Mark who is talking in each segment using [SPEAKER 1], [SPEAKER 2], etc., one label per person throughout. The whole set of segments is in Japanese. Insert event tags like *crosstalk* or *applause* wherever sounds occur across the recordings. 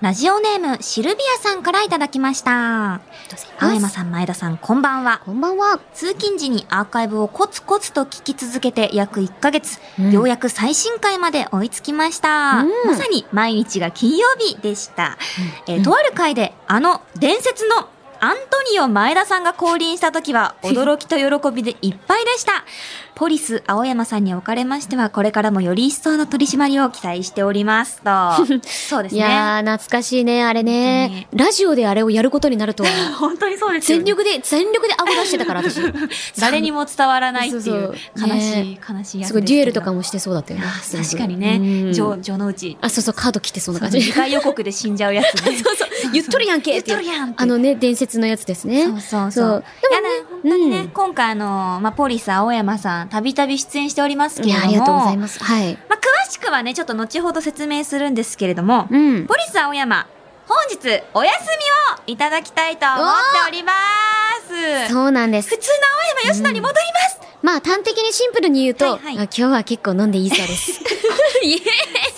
[SPEAKER 1] ラジオネーム、シルビアさんからいただきました。青山さん、前田さん、こんばんは。
[SPEAKER 2] こんばんは。
[SPEAKER 1] 通勤時にアーカイブをコツコツと聞き続けて約1ヶ月、
[SPEAKER 2] うん
[SPEAKER 1] ようやく最新回まで追いつきました。
[SPEAKER 2] うん
[SPEAKER 1] まさに毎日が金曜日でした。えー
[SPEAKER 2] うん
[SPEAKER 1] とある回で、あの伝説のアントニオ前田さんが降臨した時は驚きと喜びでいっぱいでした。ポリス青山さんにおかれましては、これからもより一層の取り締まりを期待しております
[SPEAKER 2] *laughs*
[SPEAKER 1] と。そうです
[SPEAKER 2] い
[SPEAKER 1] ね。
[SPEAKER 2] やー、懐かしいね、あれね。ラジオであれをやることになるとは。
[SPEAKER 1] *laughs* 本当にそうですよね
[SPEAKER 2] 全力で、全力で顎出してたから、私。
[SPEAKER 1] 誰にも伝わらないってい
[SPEAKER 2] そうう
[SPEAKER 1] 悲
[SPEAKER 2] そう
[SPEAKER 1] しい、
[SPEAKER 2] ね
[SPEAKER 1] 悲しいやつ
[SPEAKER 2] すごい、
[SPEAKER 1] でした
[SPEAKER 2] デュエ
[SPEAKER 1] け
[SPEAKER 2] ル
[SPEAKER 1] ど
[SPEAKER 2] とかもしてそうだったよね。
[SPEAKER 1] あ
[SPEAKER 2] すごく
[SPEAKER 1] 確かにね、
[SPEAKER 2] う
[SPEAKER 1] 女
[SPEAKER 2] ん
[SPEAKER 1] 女のうち。
[SPEAKER 2] あ、そうそう、カード切ってそうな
[SPEAKER 1] その
[SPEAKER 2] 感じ。
[SPEAKER 1] 次回予告で死んじゃうや
[SPEAKER 2] *laughs*
[SPEAKER 1] つね。そうそう
[SPEAKER 2] 言っとるやんけってい
[SPEAKER 1] 言っとるやん
[SPEAKER 2] う
[SPEAKER 1] って
[SPEAKER 2] あのね、伝説のやつですね。
[SPEAKER 1] そうそう
[SPEAKER 2] そ
[SPEAKER 1] そう
[SPEAKER 2] う。で
[SPEAKER 1] いやね、本当
[SPEAKER 2] もね
[SPEAKER 1] にね、
[SPEAKER 2] うん
[SPEAKER 1] 今回あの、まあ、ポリス青山さん、たびたび出演しておりますけ
[SPEAKER 2] い
[SPEAKER 1] れども。
[SPEAKER 2] や、ありがとうございます。はい。
[SPEAKER 1] まあ、詳しくはね、ちょっと後ほど説明するんですけれども、
[SPEAKER 2] うん。
[SPEAKER 1] ポリス青山、本日お休みをいただきたいと思っております。
[SPEAKER 2] そうなんです
[SPEAKER 1] 普。通の青山吉野に戻ります。
[SPEAKER 2] まあ、端的にシンプルに言うと、
[SPEAKER 1] はいはい
[SPEAKER 2] あ今日は結構飲んでいいそ
[SPEAKER 1] *laughs*
[SPEAKER 2] うです。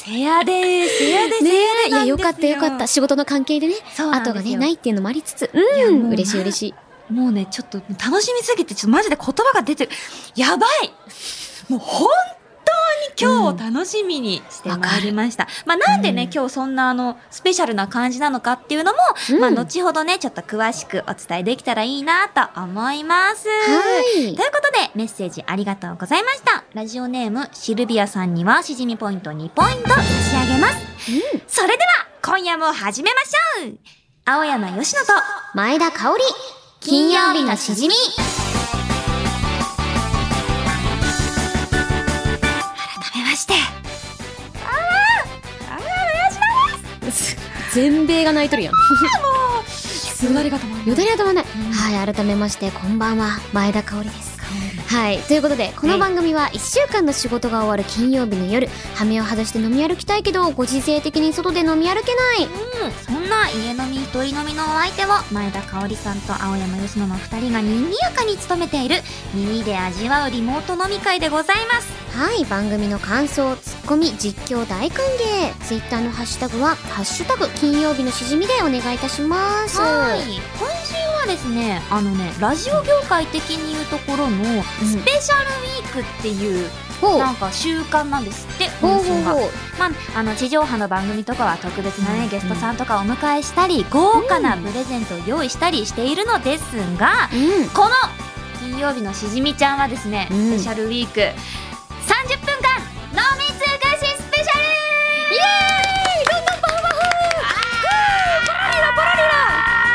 [SPEAKER 1] せやでー、せやでー、
[SPEAKER 2] ね
[SPEAKER 1] せやで
[SPEAKER 2] え、いや、よかったよかった。。仕事の関係でね、
[SPEAKER 1] そうなんです
[SPEAKER 2] 後
[SPEAKER 1] よ
[SPEAKER 2] がね、ないっていうのもありつつ、
[SPEAKER 1] や
[SPEAKER 2] う
[SPEAKER 1] も
[SPEAKER 2] ん、
[SPEAKER 1] う
[SPEAKER 2] 嬉しい嬉しい。
[SPEAKER 1] もうね、ちょっと楽しみすぎて、ちょっとマジで言葉が出てる。やばいもう本当に今日を楽しみにしてまいりました。まあなんでね、
[SPEAKER 2] うん
[SPEAKER 1] 今日そんなあの、スペシャルな感じなのかっていうのも、
[SPEAKER 2] うん
[SPEAKER 1] まあ後ほどね、ちょっと詳しくお伝えできたらいいなと思います。
[SPEAKER 2] はい
[SPEAKER 1] ということで、メッセージありがとうございました。ラジオネーム、シルビアさんには、しじみポイント2ポイント差し上げます。
[SPEAKER 2] うん
[SPEAKER 1] それでは、今夜も始めましょう青山よしのと、
[SPEAKER 2] 前田香織、金曜日のしじみ。
[SPEAKER 1] 改めまして。ああ、ああ、お願いし
[SPEAKER 2] 全米が泣いとるやん。
[SPEAKER 1] ます。よだれが止ま
[SPEAKER 2] よだれは止まんない。
[SPEAKER 1] ん
[SPEAKER 2] はい、改めまして、こんばんは、前田香織です。はい、ということでこの番組は1週間の仕事が終わる金曜日の夜羽目を外して飲み歩きたいけどご時世的に外で飲み歩けない
[SPEAKER 1] うん、そんな家飲み一人飲みのお相手を前田香織さんと青山佳乃の二人がにぎやかに務めている耳で味わうリモート飲み会でございます
[SPEAKER 2] はい番組の感想ツッコミ実況大歓迎ツイッターのハッシュタグは「ハッシュタグ金曜日のしじみ」でお願いいたします
[SPEAKER 1] はい今週はですねあのねラジオ業界的にいうところのスペシャルウィークっていう
[SPEAKER 2] ほう
[SPEAKER 1] なんか習慣なんですって
[SPEAKER 2] ほう
[SPEAKER 1] 放送
[SPEAKER 2] ほう
[SPEAKER 1] が
[SPEAKER 2] ほう
[SPEAKER 1] まあ、あの地上波の番組とかは特別な、ね
[SPEAKER 2] うん
[SPEAKER 1] ゲストさんとかをお迎えしたり豪華な
[SPEAKER 2] うん
[SPEAKER 1] プレゼントを用意したりしているのですが、
[SPEAKER 2] うん
[SPEAKER 1] この金曜日のしじみちゃんはですね、
[SPEAKER 2] うん
[SPEAKER 1] スペシャルウィーク30分間飲み尽くしスペシャルイエーイどんどんパワフルパラリラパ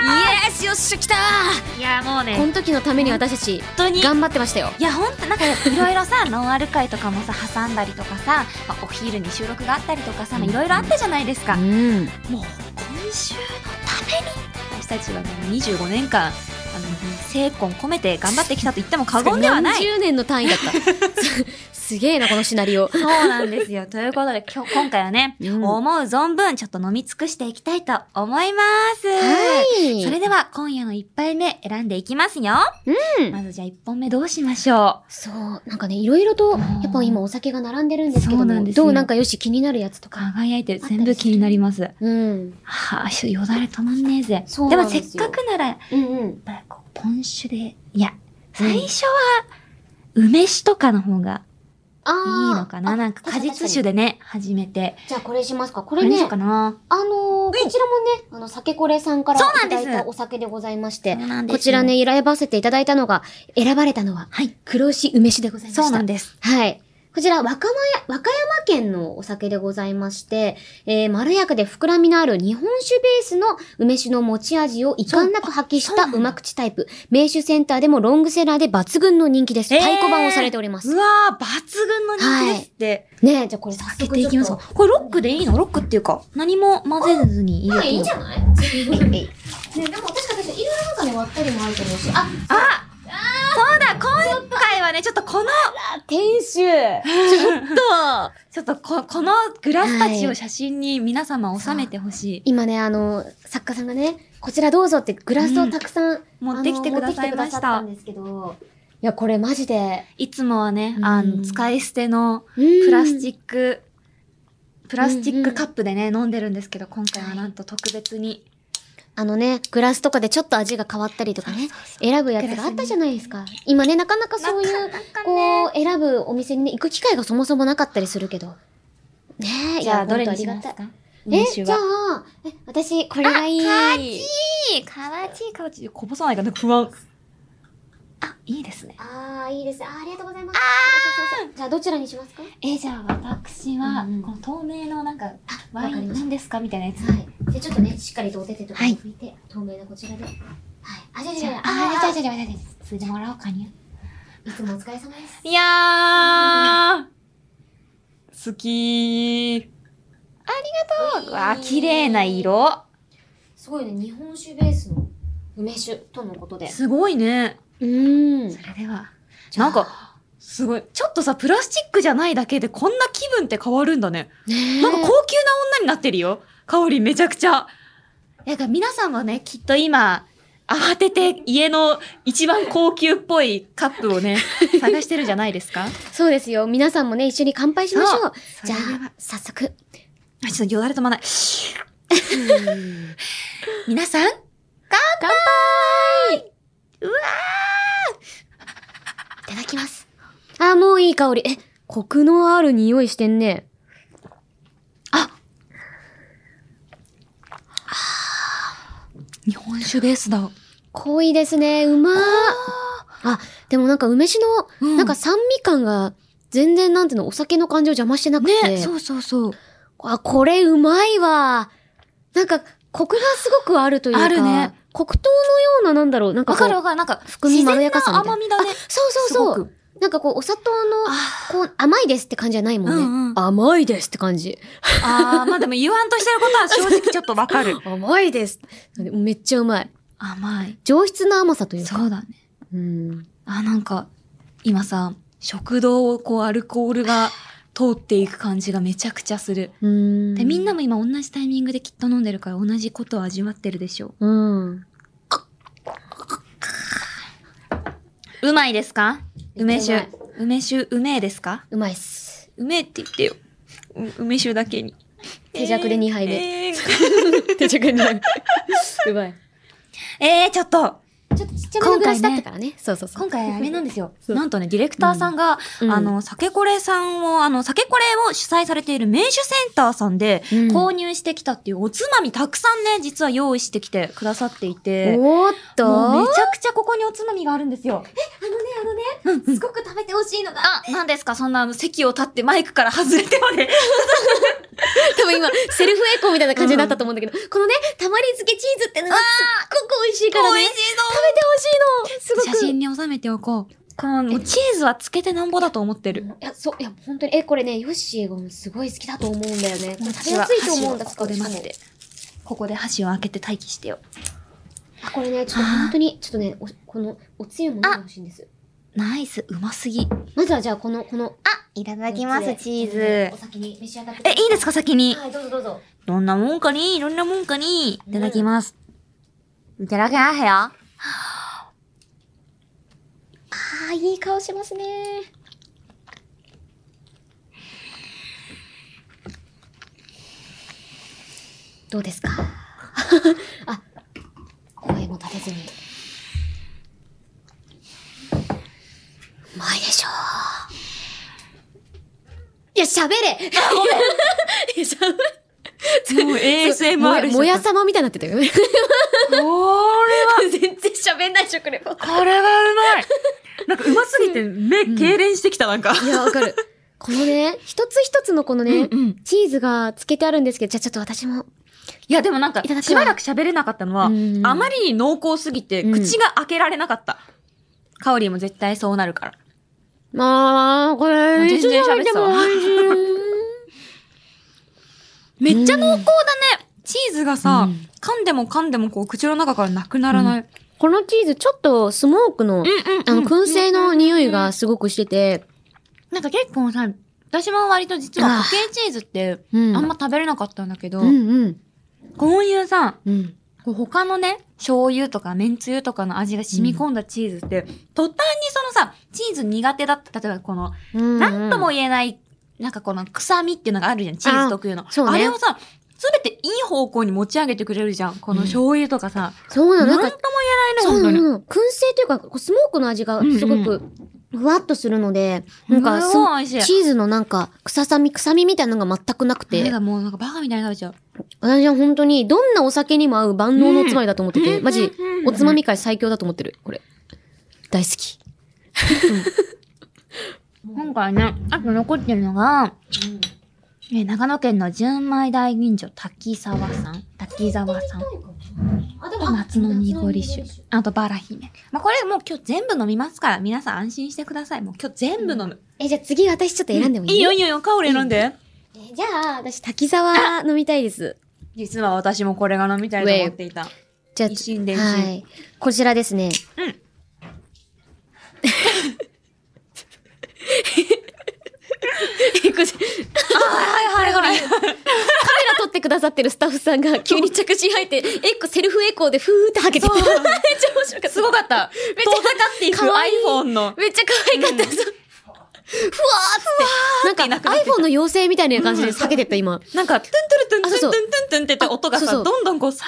[SPEAKER 1] ラ
[SPEAKER 2] イエスよっしゃ来た
[SPEAKER 1] リラいやもうね
[SPEAKER 2] こ
[SPEAKER 1] 本
[SPEAKER 2] の時のために私たち
[SPEAKER 1] 当に
[SPEAKER 2] 頑張ってましたよ
[SPEAKER 1] いや本当なんかいろいろさノンアル会とかもさ挟んだりとかさ、まあお昼に収録があったりとかさいろいろあったじゃないですか、
[SPEAKER 2] ん
[SPEAKER 1] もう今週のために私たちはもう25年間あの精魂込めて頑張ってきたと言っても過言ではない。
[SPEAKER 2] 十年の単位だった *laughs* すすげえなこのシナリオ
[SPEAKER 1] そうなんですよ。 *laughs* ということで今日今回はね、
[SPEAKER 2] うん
[SPEAKER 1] 思う存分ちょっと飲み尽くしていきたいと思います。
[SPEAKER 2] はい
[SPEAKER 1] それでは今夜の1杯目選んでいきますよ。
[SPEAKER 2] うん
[SPEAKER 1] まずじゃあ1本目どうしましょ
[SPEAKER 2] そう、なんかね、いろいろと、
[SPEAKER 1] うん
[SPEAKER 2] やっぱ今お酒が並んでるんですけど
[SPEAKER 1] そう
[SPEAKER 2] も、
[SPEAKER 1] なんですよ
[SPEAKER 2] どうなんかよし気になるやつと
[SPEAKER 1] う
[SPEAKER 2] か。
[SPEAKER 1] 輝いてる。
[SPEAKER 2] あったり
[SPEAKER 1] 全部気になります。
[SPEAKER 2] うん。
[SPEAKER 1] はあ、ちょっとよだれ止まんねえぜ。
[SPEAKER 2] そう
[SPEAKER 1] で
[SPEAKER 2] なん
[SPEAKER 1] も
[SPEAKER 2] です
[SPEAKER 1] せ
[SPEAKER 2] よ
[SPEAKER 1] っかくなら、やっ
[SPEAKER 2] うんうん。
[SPEAKER 1] ぱりこう、ポン酒で、いや、最初は、梅酒とかの方が
[SPEAKER 2] あ
[SPEAKER 1] いい
[SPEAKER 2] あ。
[SPEAKER 1] のかななんか果実酒
[SPEAKER 2] で。
[SPEAKER 1] でね、始めて。
[SPEAKER 2] じゃあこれしますか。こ
[SPEAKER 1] こ
[SPEAKER 2] れ
[SPEAKER 1] れにし
[SPEAKER 2] ね
[SPEAKER 1] よう、かな。
[SPEAKER 2] あのーこちらもね、あの、酒これさんからい
[SPEAKER 1] そうなん
[SPEAKER 2] た
[SPEAKER 1] で
[SPEAKER 2] だ
[SPEAKER 1] す
[SPEAKER 2] いたお酒でございまし
[SPEAKER 1] そ
[SPEAKER 2] て、
[SPEAKER 1] うなんですよ
[SPEAKER 2] こちら。ね、選ばせていただいたのが、選ばれたのは、
[SPEAKER 1] はい。
[SPEAKER 2] 黒牛梅酒でございました。
[SPEAKER 1] そうなんです。
[SPEAKER 2] はい。こちら、若山、和歌山県のお酒でございまして、えー、まろやかで膨らみのある日本酒ベースの梅酒の持ち味を遺憾なく発揮し
[SPEAKER 1] そうあ
[SPEAKER 2] た
[SPEAKER 1] そうなんだ
[SPEAKER 2] うま口タイプ。名酒センターでもロングセラーで抜群の人気です。
[SPEAKER 1] えー
[SPEAKER 2] 太鼓判をされております。
[SPEAKER 1] う
[SPEAKER 2] ね
[SPEAKER 1] わー、抜群の人気ですって。
[SPEAKER 2] え、じゃあこれ早
[SPEAKER 1] 開
[SPEAKER 2] 速
[SPEAKER 1] けていきますか。
[SPEAKER 2] ちょっ
[SPEAKER 1] これロックでいいのロックっていうか、何も混ぜずに入
[SPEAKER 2] と
[SPEAKER 1] れ
[SPEAKER 2] まあ
[SPEAKER 1] てい
[SPEAKER 2] いい
[SPEAKER 1] い
[SPEAKER 2] ん
[SPEAKER 1] の
[SPEAKER 2] じゃないねえでも確かにいろいろなんかね、割ったりもあると思うし、あ、
[SPEAKER 1] あそうだ今回はね、ちょっとこの、
[SPEAKER 2] 天酒ちょっと
[SPEAKER 1] ちょっとここのグラスたちを写真に皆様収めてほしい。
[SPEAKER 2] *laughs* 今ね、あの、作家さんがね、こちらどうぞってグラスをたくさん、
[SPEAKER 1] 持ってきてくださいまし
[SPEAKER 2] あ
[SPEAKER 1] た
[SPEAKER 2] の持。ってきてくださったんですけど、いや、これマジで、
[SPEAKER 1] いつもはね
[SPEAKER 2] う、ん
[SPEAKER 1] あの、使い捨ての
[SPEAKER 2] プ
[SPEAKER 1] プラスチ
[SPEAKER 2] ッ
[SPEAKER 1] ックプラスチックカップでね、飲んでるんですけど、今回はなんと特別に。
[SPEAKER 2] あのね、グラスとかでちょっと味が変わったりとかね、選ぶやつがあったじゃないですか。今ね、なかなかそういう、
[SPEAKER 1] なかなかね
[SPEAKER 2] こう、選ぶお店にね、行く機会がそもそもなかったりするけど。ねえ、
[SPEAKER 1] じゃあ、
[SPEAKER 2] いや
[SPEAKER 1] どれにし
[SPEAKER 2] 本当あり
[SPEAKER 1] ま
[SPEAKER 2] が
[SPEAKER 1] す
[SPEAKER 2] たい
[SPEAKER 1] か
[SPEAKER 2] え、じゃあ、え、私、これがいい。
[SPEAKER 1] いいかわちいかわちい。こぼさないかな、不安。あ、いいですね。
[SPEAKER 2] ああ、いいです。あーありがとうございます。ああじゃあ、どちらにしますかは
[SPEAKER 1] え、じゃあ私は、
[SPEAKER 2] うんうん
[SPEAKER 1] この透明のなんか、
[SPEAKER 2] わ
[SPEAKER 1] ワ
[SPEAKER 2] か
[SPEAKER 1] イ
[SPEAKER 2] り
[SPEAKER 1] ン
[SPEAKER 2] ました
[SPEAKER 1] なんですかみたいなやつ。
[SPEAKER 2] い。じゃあ、ちょっとね、しっかりとお手手とか
[SPEAKER 1] はい
[SPEAKER 2] 拭いて、透明なこちらで。はい。あ、じゃあ、
[SPEAKER 1] じ
[SPEAKER 2] じゃ
[SPEAKER 1] ゃ
[SPEAKER 2] あ
[SPEAKER 1] あ、、
[SPEAKER 2] じゃあ
[SPEAKER 1] あ、
[SPEAKER 2] じ
[SPEAKER 1] じ
[SPEAKER 2] ゃ
[SPEAKER 1] ゃあ、じゃ
[SPEAKER 2] あじゃ
[SPEAKER 1] あ、じゃあ、じゃあ、ついてもらおうかに。
[SPEAKER 2] あ、いつもお疲れ様です。
[SPEAKER 1] いやー、好きありがとう。うわー、綺麗な色。
[SPEAKER 2] すごいね、日本酒ベースの梅酒とのことで。
[SPEAKER 1] すごいね。
[SPEAKER 2] うーん
[SPEAKER 1] そ。れでは。
[SPEAKER 2] じゃあ
[SPEAKER 1] なんか、すごい。ちょっとさ、プラスチックじゃないだけでこんな気分って変わるんだね。
[SPEAKER 2] ねえ
[SPEAKER 1] なんか高級な女になってるよ。香りめちゃくちゃ。なんか皆さんもね、きっと今、慌てて家の一番高級っぽいカップを *laughs* ね、探してるんじゃないですか
[SPEAKER 2] そうですよ。皆さんもね、一緒に乾杯しましょう。
[SPEAKER 1] そう
[SPEAKER 2] じゃ
[SPEAKER 1] それで
[SPEAKER 2] あ
[SPEAKER 1] は、
[SPEAKER 2] 早速。
[SPEAKER 1] あ、ちょっとよだれ止まない。皆さん、
[SPEAKER 2] 乾杯
[SPEAKER 1] うわ
[SPEAKER 2] いただきます。あー、もういい香り。え、コクのある匂いしてんね。
[SPEAKER 1] ー日本酒ベースだ。
[SPEAKER 2] 濃いですね。うまー。あ、でもなんか梅酒の、
[SPEAKER 1] うん
[SPEAKER 2] なんか酸味感が、全然なんていうの、お酒の感じを邪魔してなくて。
[SPEAKER 1] ね、そうそうそう。
[SPEAKER 2] あ、これうまいわ。なんか、コクがすごくあるというか。
[SPEAKER 1] あるね。
[SPEAKER 2] 黒糖のような、なんだろう。なんか
[SPEAKER 1] わ
[SPEAKER 2] こ
[SPEAKER 1] か
[SPEAKER 2] う
[SPEAKER 1] るわかる。なんか、
[SPEAKER 2] 含みまろやかさみたいな
[SPEAKER 1] 自然な甘みだね。
[SPEAKER 2] そうそうそう。
[SPEAKER 1] すごく
[SPEAKER 2] なんかこう、お砂糖の、
[SPEAKER 1] あ
[SPEAKER 2] こう、甘いですって感じじゃないもんね。
[SPEAKER 1] うんうん
[SPEAKER 2] 甘いですって感
[SPEAKER 1] ー
[SPEAKER 2] じ。。
[SPEAKER 1] あー、まあでも言わんとしてることは正直ちょっとわかる
[SPEAKER 2] *laughs* 甘いです。めっちゃうまい。
[SPEAKER 1] 甘い。
[SPEAKER 2] 上質な甘さというか。
[SPEAKER 1] そうだね。
[SPEAKER 2] うん。
[SPEAKER 1] あ、なんか、今さ、食道をこうアルコールが通っていく感じがめちゃくちゃする。
[SPEAKER 2] うん。
[SPEAKER 1] で、みんな、も今同じタイミングできっと飲んでるから同じことを味わってるでしょ
[SPEAKER 2] うん。
[SPEAKER 1] う。うまいですか梅
[SPEAKER 2] う
[SPEAKER 1] 酒
[SPEAKER 2] まい。
[SPEAKER 1] 梅酒、うめえですか
[SPEAKER 2] うまいっす。
[SPEAKER 1] うめえって言ってよ。う梅酒だけに。
[SPEAKER 2] *laughs* 手酌で二杯目
[SPEAKER 1] 目。えー
[SPEAKER 2] 手着になる。うまい。
[SPEAKER 1] *laughs* えーちょっと
[SPEAKER 2] ちょっとちっちゃめのグラスだったからね。そうそうそう。
[SPEAKER 1] 今回あれなんです *laughs* よ。
[SPEAKER 2] そう
[SPEAKER 1] なんとね、ディレクターさんが、
[SPEAKER 2] うん
[SPEAKER 1] あの、酒これさんを、あの、酒これを主催されている名酒センターさんで、
[SPEAKER 2] うん
[SPEAKER 1] 購入してきたっていうおつまみたくさんね、実は用意してきてくださっていて、
[SPEAKER 2] おーっと
[SPEAKER 1] もうめちゃくちゃここにおつまみがあるんですよ。
[SPEAKER 2] あのね、あのね、すごく食べてほしいのが。
[SPEAKER 1] あ、なんですかそんなあの席を立ってマイクから外れてまで。
[SPEAKER 2] *laughs* 多分今、セルフエコーみたいな感じになったと思うんだけど、このね、たまり漬けチーズってのがすっごく美味しいからね。
[SPEAKER 1] 美味しいぞ
[SPEAKER 2] 食べて
[SPEAKER 1] 写
[SPEAKER 2] ほしいのすごく。
[SPEAKER 1] 真に収めておこう。この、もうチーズはつけてなんぼだと思ってる。
[SPEAKER 2] いや、そう、いや、本当に、え、これね、ヨッシーがすごい好きだと思うんだよね。これ食べ
[SPEAKER 1] 私は
[SPEAKER 2] やすいと思うんだ、
[SPEAKER 1] 箸をここで待っ
[SPEAKER 2] しか
[SPEAKER 1] て。ここで箸を開けて待機してよ。
[SPEAKER 2] もあ、これね、ちょっと本当に、ちょっとね、おこの、おつゆも飲んでほしいんです。
[SPEAKER 1] ナイス、うますぎ。
[SPEAKER 2] まずはじゃあ、この、この、
[SPEAKER 1] あ、いただきます、チーズ。
[SPEAKER 2] えお先に召し上がってくだ
[SPEAKER 1] え、
[SPEAKER 2] さ
[SPEAKER 1] いいですか、先に。
[SPEAKER 2] はい、どうぞどうぞ。
[SPEAKER 1] どんなもんかに、いろんなもんかに、いただきます。いただきますよ。あ
[SPEAKER 2] あー、いい顔しますね。どうですか *laughs* あ、声も立てずに。うまいでしょう。いや、喋れごめんいや、喋 *laughs*
[SPEAKER 1] もう ASMR
[SPEAKER 2] もや
[SPEAKER 1] しちゃった
[SPEAKER 2] もやさまみたいになってたよね。 *laughs*
[SPEAKER 1] これは、
[SPEAKER 2] 全然喋んないでしょ、これは。
[SPEAKER 1] これはう *laughs* まい。なんかうますぎて、目、痙攣してきた、なんか。
[SPEAKER 2] いや、わかる。このね、一つ一つのこのね、
[SPEAKER 1] うんうん
[SPEAKER 2] チーズがつけてあるんですけど、じゃあちょっと私も。
[SPEAKER 1] いや、でもなんか
[SPEAKER 2] いただ、くわ
[SPEAKER 1] しばらく喋れなかったのは、あ
[SPEAKER 2] うん
[SPEAKER 1] まりに濃厚すぎて、
[SPEAKER 2] うん
[SPEAKER 1] 口が開けられなかった。カオリーも絶対そうなるから。
[SPEAKER 2] あー、これ
[SPEAKER 1] 全然喋っても美味し *laughs* めっちゃ濃厚だね。チーズがさ、
[SPEAKER 2] うん
[SPEAKER 1] 噛んでも噛んでもこう、口の中からなくならない。
[SPEAKER 2] このチーズ、ちょっとスモークの、
[SPEAKER 1] うん
[SPEAKER 2] あの、燻製の匂いがすごくしてて、
[SPEAKER 1] なんか結構さ、私も割と実は
[SPEAKER 2] あー
[SPEAKER 1] 固形チーズって、
[SPEAKER 2] うん
[SPEAKER 1] あんま食べれなかったんだけど、
[SPEAKER 2] うんうん。
[SPEAKER 1] こういうさ、
[SPEAKER 2] うん。
[SPEAKER 1] こう他のね、醤油とかめんつゆとかの味が染み込んだチーズって、途端にそのさ、チーズ苦手だった、例えばこの、
[SPEAKER 2] うん
[SPEAKER 1] なんとも言えないなんかこの臭みっていうのがあるじゃん、チーズ特有の。あ,、
[SPEAKER 2] そうね
[SPEAKER 1] れをさ、すべていい方向に持ち上げてくれるじゃん。この醤油とかさ。
[SPEAKER 2] そうなの。
[SPEAKER 1] な
[SPEAKER 2] なんん
[SPEAKER 1] とも
[SPEAKER 2] か、
[SPEAKER 1] 言
[SPEAKER 2] そう
[SPEAKER 1] えな
[SPEAKER 2] ない
[SPEAKER 1] ね、本
[SPEAKER 2] の。燻製というか、こうスモークの味がすごく、ふわっとするので、
[SPEAKER 1] 当に。
[SPEAKER 2] なんか、
[SPEAKER 1] す
[SPEAKER 2] そ
[SPEAKER 1] ごい美味し
[SPEAKER 2] チ
[SPEAKER 1] い。
[SPEAKER 2] ーズのなんか、臭さみ、臭みみたいなのが全くなく
[SPEAKER 1] なん
[SPEAKER 2] て、
[SPEAKER 1] かもうなんかバカみたいに食べちゃう。
[SPEAKER 2] 私は本当に、どんなお酒にも合う万能のおつまみだと思ってて、
[SPEAKER 1] うん
[SPEAKER 2] マジ
[SPEAKER 1] うん、
[SPEAKER 2] おつまみ界最強だと思ってる、これ。大好き。
[SPEAKER 1] 今回ね、あと残ってるのが、え長野県の純米大吟醸滝沢さん。滝沢さん。と夏の濁り酒。あとバラ姫。まあ、これもう今日全部飲みますから、皆さん安心してください。もう今日全部飲む。
[SPEAKER 2] え、じゃあ次私ちょっと選んでもいい
[SPEAKER 1] いいよいいよ、カオレ選んで。
[SPEAKER 2] えじゃあ、私滝沢飲みたいです。
[SPEAKER 1] 実は私もこれが飲みたいと思っていた。
[SPEAKER 2] じゃあ、
[SPEAKER 1] 一心伝心
[SPEAKER 2] はい。こちらですね。
[SPEAKER 1] うん。
[SPEAKER 2] *laughs* こち
[SPEAKER 1] はいはいはい。
[SPEAKER 2] カメラ撮ってくださってるスタッフさんが急に着信入って、エコ、セルフエコーでふーってはけてた。めっちゃ *laughs* 面白かった。
[SPEAKER 1] すごかった。
[SPEAKER 2] めっち
[SPEAKER 1] 遠
[SPEAKER 2] ゃ
[SPEAKER 1] ざかっていく
[SPEAKER 2] かわいい
[SPEAKER 1] iPhone の。
[SPEAKER 2] めっちゃ可愛かった。そうふわーって。なん
[SPEAKER 1] なくなってた
[SPEAKER 2] か iPhone の妖精みたいな感じで避けてった今。
[SPEAKER 1] なんか、トゥントゥルトゥントゥントゥントゥントゥンって音が
[SPEAKER 2] あそうそ
[SPEAKER 1] さ、
[SPEAKER 2] う
[SPEAKER 1] どんどんこうさ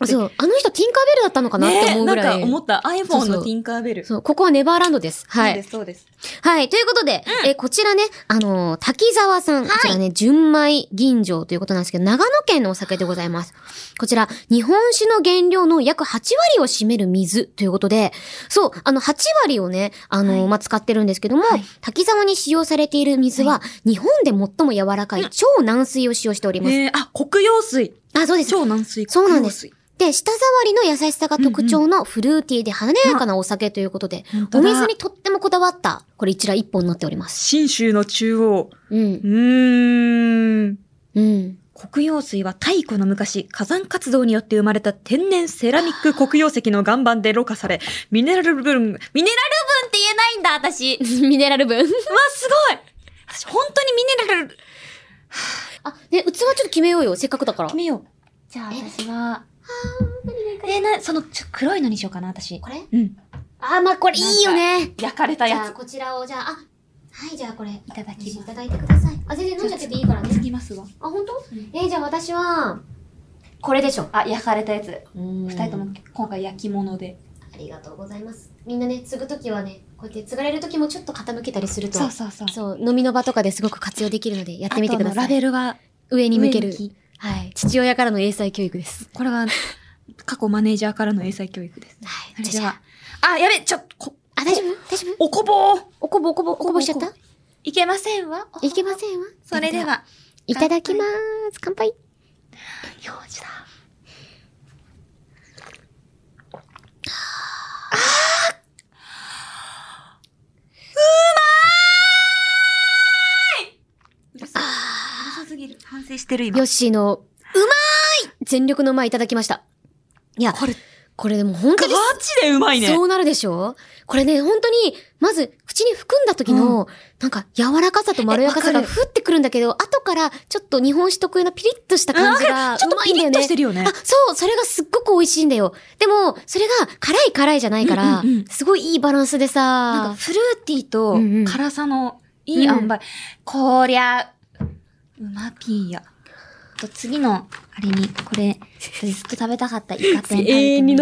[SPEAKER 1] ーって。
[SPEAKER 2] そう。あの人ティンカーベルだったのかなって思うぐ
[SPEAKER 1] ね
[SPEAKER 2] ら。
[SPEAKER 1] ないんか思った。
[SPEAKER 2] そう
[SPEAKER 1] iPhone
[SPEAKER 2] そう
[SPEAKER 1] のティンカーベル。
[SPEAKER 2] そう、ここはネバーランドです。は
[SPEAKER 1] そうで
[SPEAKER 2] い。
[SPEAKER 1] す、そうです。
[SPEAKER 2] はい。ということで、えー、こちらね、あのー滝沢さん。こちらね、純米吟醸ということなんですけど、長野県のお酒でございます。こちら、日本酒の原料の約8割を占める水ということで、そう、あの、8割をね、あのー
[SPEAKER 1] はい
[SPEAKER 2] まあ、使ってるんですけども、
[SPEAKER 1] はい
[SPEAKER 2] 滝沢に使用されている水は、日本で最も柔らかい超軟水を使用しております。
[SPEAKER 1] えー、あ、黒曜水。
[SPEAKER 2] あ、そうです。
[SPEAKER 1] 超軟水。
[SPEAKER 2] そうなん
[SPEAKER 1] 黒
[SPEAKER 2] で
[SPEAKER 1] 曜水。
[SPEAKER 2] で、舌触りの優しさが特徴のフルーティーで華やかなお酒ということで、
[SPEAKER 1] 本
[SPEAKER 2] お
[SPEAKER 1] 当だ
[SPEAKER 2] 水にとってもこだわった、これ一覧一本になっております。
[SPEAKER 1] 信州の中央。
[SPEAKER 2] うん
[SPEAKER 1] う。ーん。
[SPEAKER 2] うん。
[SPEAKER 1] 黒曜水は太古の昔、火山活動によって生まれた天然セラミック黒曜石の岩盤でろ過され、ミネラル分、ミネラル分って言えないんだ、私。うわ、
[SPEAKER 2] *laughs* ミネラル分。
[SPEAKER 1] すごい私、本当にミネラル、
[SPEAKER 2] あ、ね、器ちょっと決めようよ。せっかくだから。
[SPEAKER 1] 決めよう。じゃあ、私は、えー、な、その、ちょ黒いのにしようかな、私。
[SPEAKER 2] これ
[SPEAKER 1] うん。
[SPEAKER 2] あ、まあ、これいいよね。
[SPEAKER 1] 焼かれた
[SPEAKER 2] じ
[SPEAKER 1] や
[SPEAKER 2] ゃあ、
[SPEAKER 1] つ。
[SPEAKER 2] こちらを、じゃあ、あ、はい、じゃあこれ、い
[SPEAKER 1] いただきます。
[SPEAKER 2] ただいてください。あ、全然飲んじゃってていいからね。
[SPEAKER 1] つきますわ。
[SPEAKER 2] あ、本当？えー、じゃあ私は、これでしょ。
[SPEAKER 1] あ、焼かれたやつ。
[SPEAKER 2] 二
[SPEAKER 1] 二人と。も今回焼き物で。
[SPEAKER 2] ありがとうございます。みんなね、継ぐときはね、こうやって継がれるときもちょっと傾けたりすると、
[SPEAKER 1] そうそうそう。
[SPEAKER 2] そう飲みの場とかですごく活用できるので、やってみてくだ
[SPEAKER 1] あとの
[SPEAKER 2] さ
[SPEAKER 1] ラ
[SPEAKER 2] い。
[SPEAKER 1] ベルは
[SPEAKER 2] 上に向ける
[SPEAKER 1] 上。に
[SPEAKER 2] はい。父親からの英才教育です。
[SPEAKER 1] これは、過去マネージャーからの英才教育です。
[SPEAKER 2] はい。
[SPEAKER 1] じ
[SPEAKER 2] じゃ
[SPEAKER 1] ゃ
[SPEAKER 2] あ、じゃ
[SPEAKER 1] あ、あ、やべ、ちょっと、こ
[SPEAKER 2] あ、あ大丈夫大丈夫
[SPEAKER 1] おこぼう
[SPEAKER 2] おこぼおこぼおこぼしちゃった
[SPEAKER 1] いけませんわ。
[SPEAKER 2] いけませんわ。
[SPEAKER 1] それで。は、
[SPEAKER 2] いただきまーす。乾杯。
[SPEAKER 1] 日本酒だ。あーうまーいうるさすぎる。反省してる今
[SPEAKER 2] ヨッ。シーの、うまーい全力の前いただきました。いや、
[SPEAKER 1] これ、
[SPEAKER 2] これでも本当
[SPEAKER 1] ガ
[SPEAKER 2] に、
[SPEAKER 1] チでうまいね。
[SPEAKER 2] そうなるでしょこれね、本当に、まず、口に含んだ時の、なんか、柔らかさとまろやかさ
[SPEAKER 1] え
[SPEAKER 2] が
[SPEAKER 1] わか
[SPEAKER 2] ふってくるんだけど、後から、ちょっと日本酒特有のピリッとした感じ
[SPEAKER 1] う
[SPEAKER 2] が、
[SPEAKER 1] んちょっ
[SPEAKER 2] う
[SPEAKER 1] と
[SPEAKER 2] まい
[SPEAKER 1] ピリ
[SPEAKER 2] んだよ
[SPEAKER 1] ッと
[SPEAKER 2] ね
[SPEAKER 1] して。るよね。
[SPEAKER 2] あ、そう、それがすっごく美味しいんだよ。でも、それが、辛い辛いじゃないから
[SPEAKER 1] うんうんうん、
[SPEAKER 2] すごいいいバランス
[SPEAKER 1] な
[SPEAKER 2] で
[SPEAKER 1] んか
[SPEAKER 2] さ、
[SPEAKER 1] フルーティーと
[SPEAKER 2] うんうん
[SPEAKER 1] 辛さのいい塩梅、こりゃ、うまピーや。あと次の、あれに、これ、ずっと食べたかったイカ天。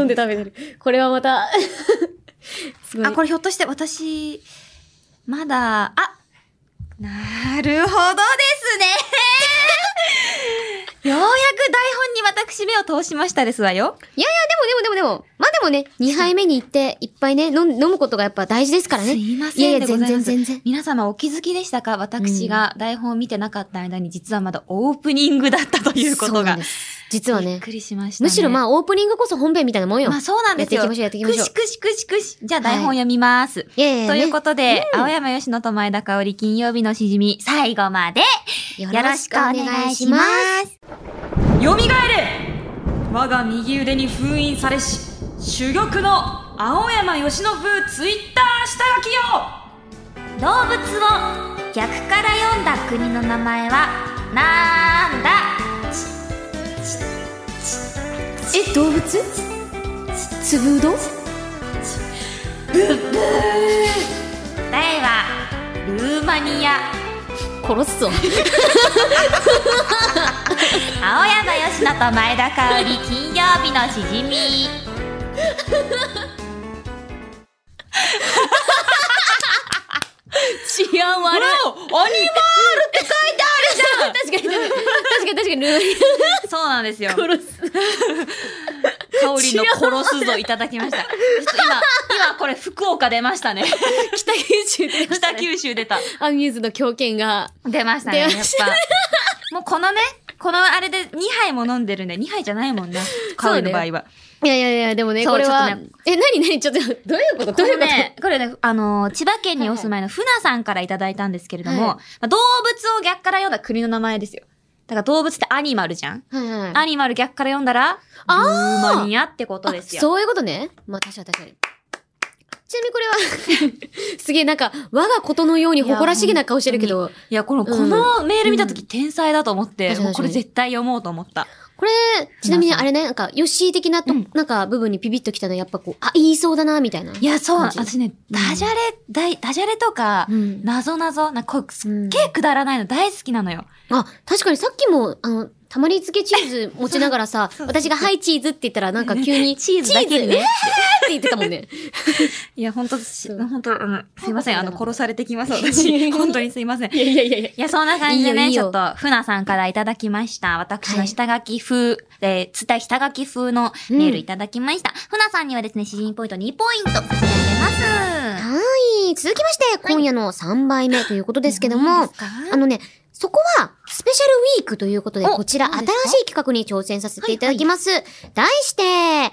[SPEAKER 2] で食べてる。これはま *laughs* た、すご
[SPEAKER 1] あ、これひょっとして私、まだ、あなるほどです
[SPEAKER 2] *laughs*
[SPEAKER 1] ねようやく台本に私目を通しましたですわよ。
[SPEAKER 2] でもでもでも、まあでもね、2杯目に行って、いっぱいね、飲ん飲むことがやっぱ大事ですから
[SPEAKER 1] す
[SPEAKER 2] ね。
[SPEAKER 1] いません
[SPEAKER 2] いやいや、
[SPEAKER 1] でご
[SPEAKER 2] 全
[SPEAKER 1] ざい
[SPEAKER 2] 然
[SPEAKER 1] ます
[SPEAKER 2] 全然。
[SPEAKER 1] 皆様お気づきでしたか私が台本を見てなかった間に実はまだオープニングだったというこ
[SPEAKER 2] そう
[SPEAKER 1] と
[SPEAKER 2] な
[SPEAKER 1] が
[SPEAKER 2] んで。す。実は
[SPEAKER 1] びっ
[SPEAKER 2] ね、
[SPEAKER 1] くりしました、ね。
[SPEAKER 2] むしろまあオープニングこそ本編みたいなもんよ。
[SPEAKER 1] まあそうなんですよ。
[SPEAKER 2] やっていきましょうやっていきましょう
[SPEAKER 1] くしくしくしくし。じゃあ台本読みます。
[SPEAKER 2] いやいや
[SPEAKER 1] ということとで、青山吉野と前田香織金曜日のしじみ、最後まで
[SPEAKER 2] よ
[SPEAKER 1] よろ
[SPEAKER 2] ろ
[SPEAKER 1] し
[SPEAKER 2] し
[SPEAKER 1] く
[SPEAKER 2] く
[SPEAKER 1] お
[SPEAKER 2] お
[SPEAKER 1] 願
[SPEAKER 2] 願
[SPEAKER 1] い
[SPEAKER 2] い
[SPEAKER 1] し
[SPEAKER 2] し
[SPEAKER 1] ま。
[SPEAKER 2] ます
[SPEAKER 1] よみがえる我が右腕に封印されし、珠玉の青山吉野風ツイッター下書きよ動物を逆から読んだ国の名前は、なんだ
[SPEAKER 2] す。え、動物つぶうどん
[SPEAKER 1] 答えはルーマニア
[SPEAKER 2] 殺すぞ。
[SPEAKER 1] 青山吉乃と前田香織金曜日のしじみ
[SPEAKER 2] 治安悪
[SPEAKER 1] ア
[SPEAKER 2] い。
[SPEAKER 1] ニ
[SPEAKER 2] 確かに、確かに、確かに、
[SPEAKER 1] *laughs* そうなんですよ
[SPEAKER 2] ルー殺す。
[SPEAKER 1] 香織の殺すぞいただきましたちょっと今今これ福岡出ましたね
[SPEAKER 2] *laughs* 北九州で、
[SPEAKER 1] 北九州出た
[SPEAKER 2] アミューズの狂犬が。
[SPEAKER 1] 出ましたね
[SPEAKER 2] 出
[SPEAKER 1] やっ
[SPEAKER 2] ま
[SPEAKER 1] ぱ
[SPEAKER 2] し
[SPEAKER 1] もうこのねこのあれで2杯も飲んでるんで2杯じゃないもんね香織の場合は、
[SPEAKER 2] いやいやいや、でもね、
[SPEAKER 1] そう
[SPEAKER 2] これは、
[SPEAKER 1] ちょっとね
[SPEAKER 2] え、なになにちょっと、どういうこと
[SPEAKER 1] こ
[SPEAKER 2] どういう
[SPEAKER 1] れ
[SPEAKER 2] こと、
[SPEAKER 1] ね、これね、あのー、千葉県にお住まいのふなさんからいただいたんですけれども、
[SPEAKER 2] はい
[SPEAKER 1] まあ動物を逆から読んだ国の名前ですよ。だから動物ってアニマルじゃん
[SPEAKER 2] はいはい。
[SPEAKER 1] アニマル逆から読んだら、ル
[SPEAKER 2] あ
[SPEAKER 1] ー
[SPEAKER 2] ー
[SPEAKER 1] マニアってことですよ。
[SPEAKER 2] そういうことね。まあ、確かに確かに。ちなみにこれは、 *laughs* すげえなんか、我がことのように誇らしげな顔してるけど、
[SPEAKER 1] いや、この、
[SPEAKER 2] ん
[SPEAKER 1] このメール見たとき天才だと思って、
[SPEAKER 2] 確かに
[SPEAKER 1] もうこれ絶対読もうと思った。
[SPEAKER 2] これ、ちなみにあれね、なんか、ヨッシー的なと、
[SPEAKER 1] うん
[SPEAKER 2] なんか部分にピピッときたの、やっぱこう、あ、言いそうだな、みたいな。
[SPEAKER 1] いや、そう、
[SPEAKER 2] マジ
[SPEAKER 1] 私ね、ダジャレ、だいダジャレとか、
[SPEAKER 2] うん
[SPEAKER 1] なぞなぞ、なんかこう、すっげえくだらないの大好きなのよ。
[SPEAKER 2] あ、確かにさっきも、あの、たまり漬けチーズ持ちながら
[SPEAKER 1] *laughs*
[SPEAKER 2] さ、私がはいチーズって言ったら、なんか急に、
[SPEAKER 1] チーズだけにね
[SPEAKER 2] チーズえーって言ってたもんね。
[SPEAKER 1] いや、本当
[SPEAKER 2] う
[SPEAKER 1] 本当うん、すいません、あの、殺されてき *laughs* ます、
[SPEAKER 2] いや
[SPEAKER 1] 私。本当 *laughs* にすいません。
[SPEAKER 2] いやいやいやいや。
[SPEAKER 1] いや、そんな感じでね、
[SPEAKER 2] いいよいい
[SPEAKER 1] ち
[SPEAKER 2] よ
[SPEAKER 1] ょっと、ふなさんからいただきました。私の下書き風、えーつた下書き風のメールいただきました。ふなさんにはですね、詩人ポイント2ポイント差し上げます。
[SPEAKER 2] はい。続きまして、今夜の3杯目ということですけど
[SPEAKER 1] い
[SPEAKER 2] も、
[SPEAKER 1] いですか
[SPEAKER 2] あのね、そこは、スペシャルウィークということで、
[SPEAKER 1] お
[SPEAKER 2] こちら
[SPEAKER 1] そう
[SPEAKER 2] 新
[SPEAKER 1] ですか
[SPEAKER 2] しい企画に挑戦させていただきます。題して、新し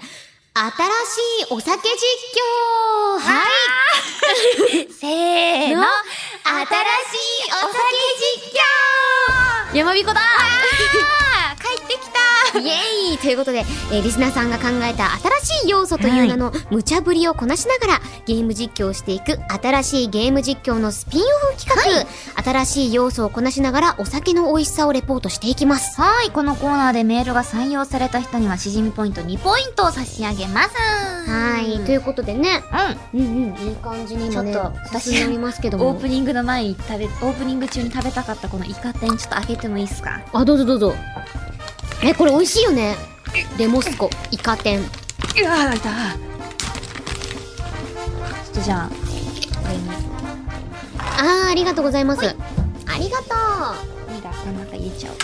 [SPEAKER 2] いお酒実況はい
[SPEAKER 1] せーの新
[SPEAKER 2] の、
[SPEAKER 1] しいお酒実況
[SPEAKER 2] 山彦だ
[SPEAKER 1] あー帰ってきた
[SPEAKER 2] イエーイということで、えーリスナーさんが考えた新しい要素という名の無茶ぶりをこなしながらゲーム実況をしていく新しいゲーム実況のスピンオフ企画、新しい要素をこなしながらお酒の美味しさをレポートしていきます。
[SPEAKER 1] はい、このコーナーでメールが採用された人には、しじみポイント2ポイントを差し上げます。
[SPEAKER 2] はい。ということでね、うんうん、いい感じに今ね、
[SPEAKER 1] ちょっと私
[SPEAKER 2] 進みますけど
[SPEAKER 1] オー
[SPEAKER 2] も
[SPEAKER 1] プ。ニングの前に食べ、オープニング中に食べたかったこのイカ天ちょっと開けてもいいですか
[SPEAKER 2] あ、どうぞどうぞ。え、これ美味しいよね。レモスコ、イカ天。
[SPEAKER 1] うわー、開いたちょっとじゃあ、これに、
[SPEAKER 2] あー、ありがとうございます。ありがと
[SPEAKER 1] ミラーこの中入れちゃおう。
[SPEAKER 2] う。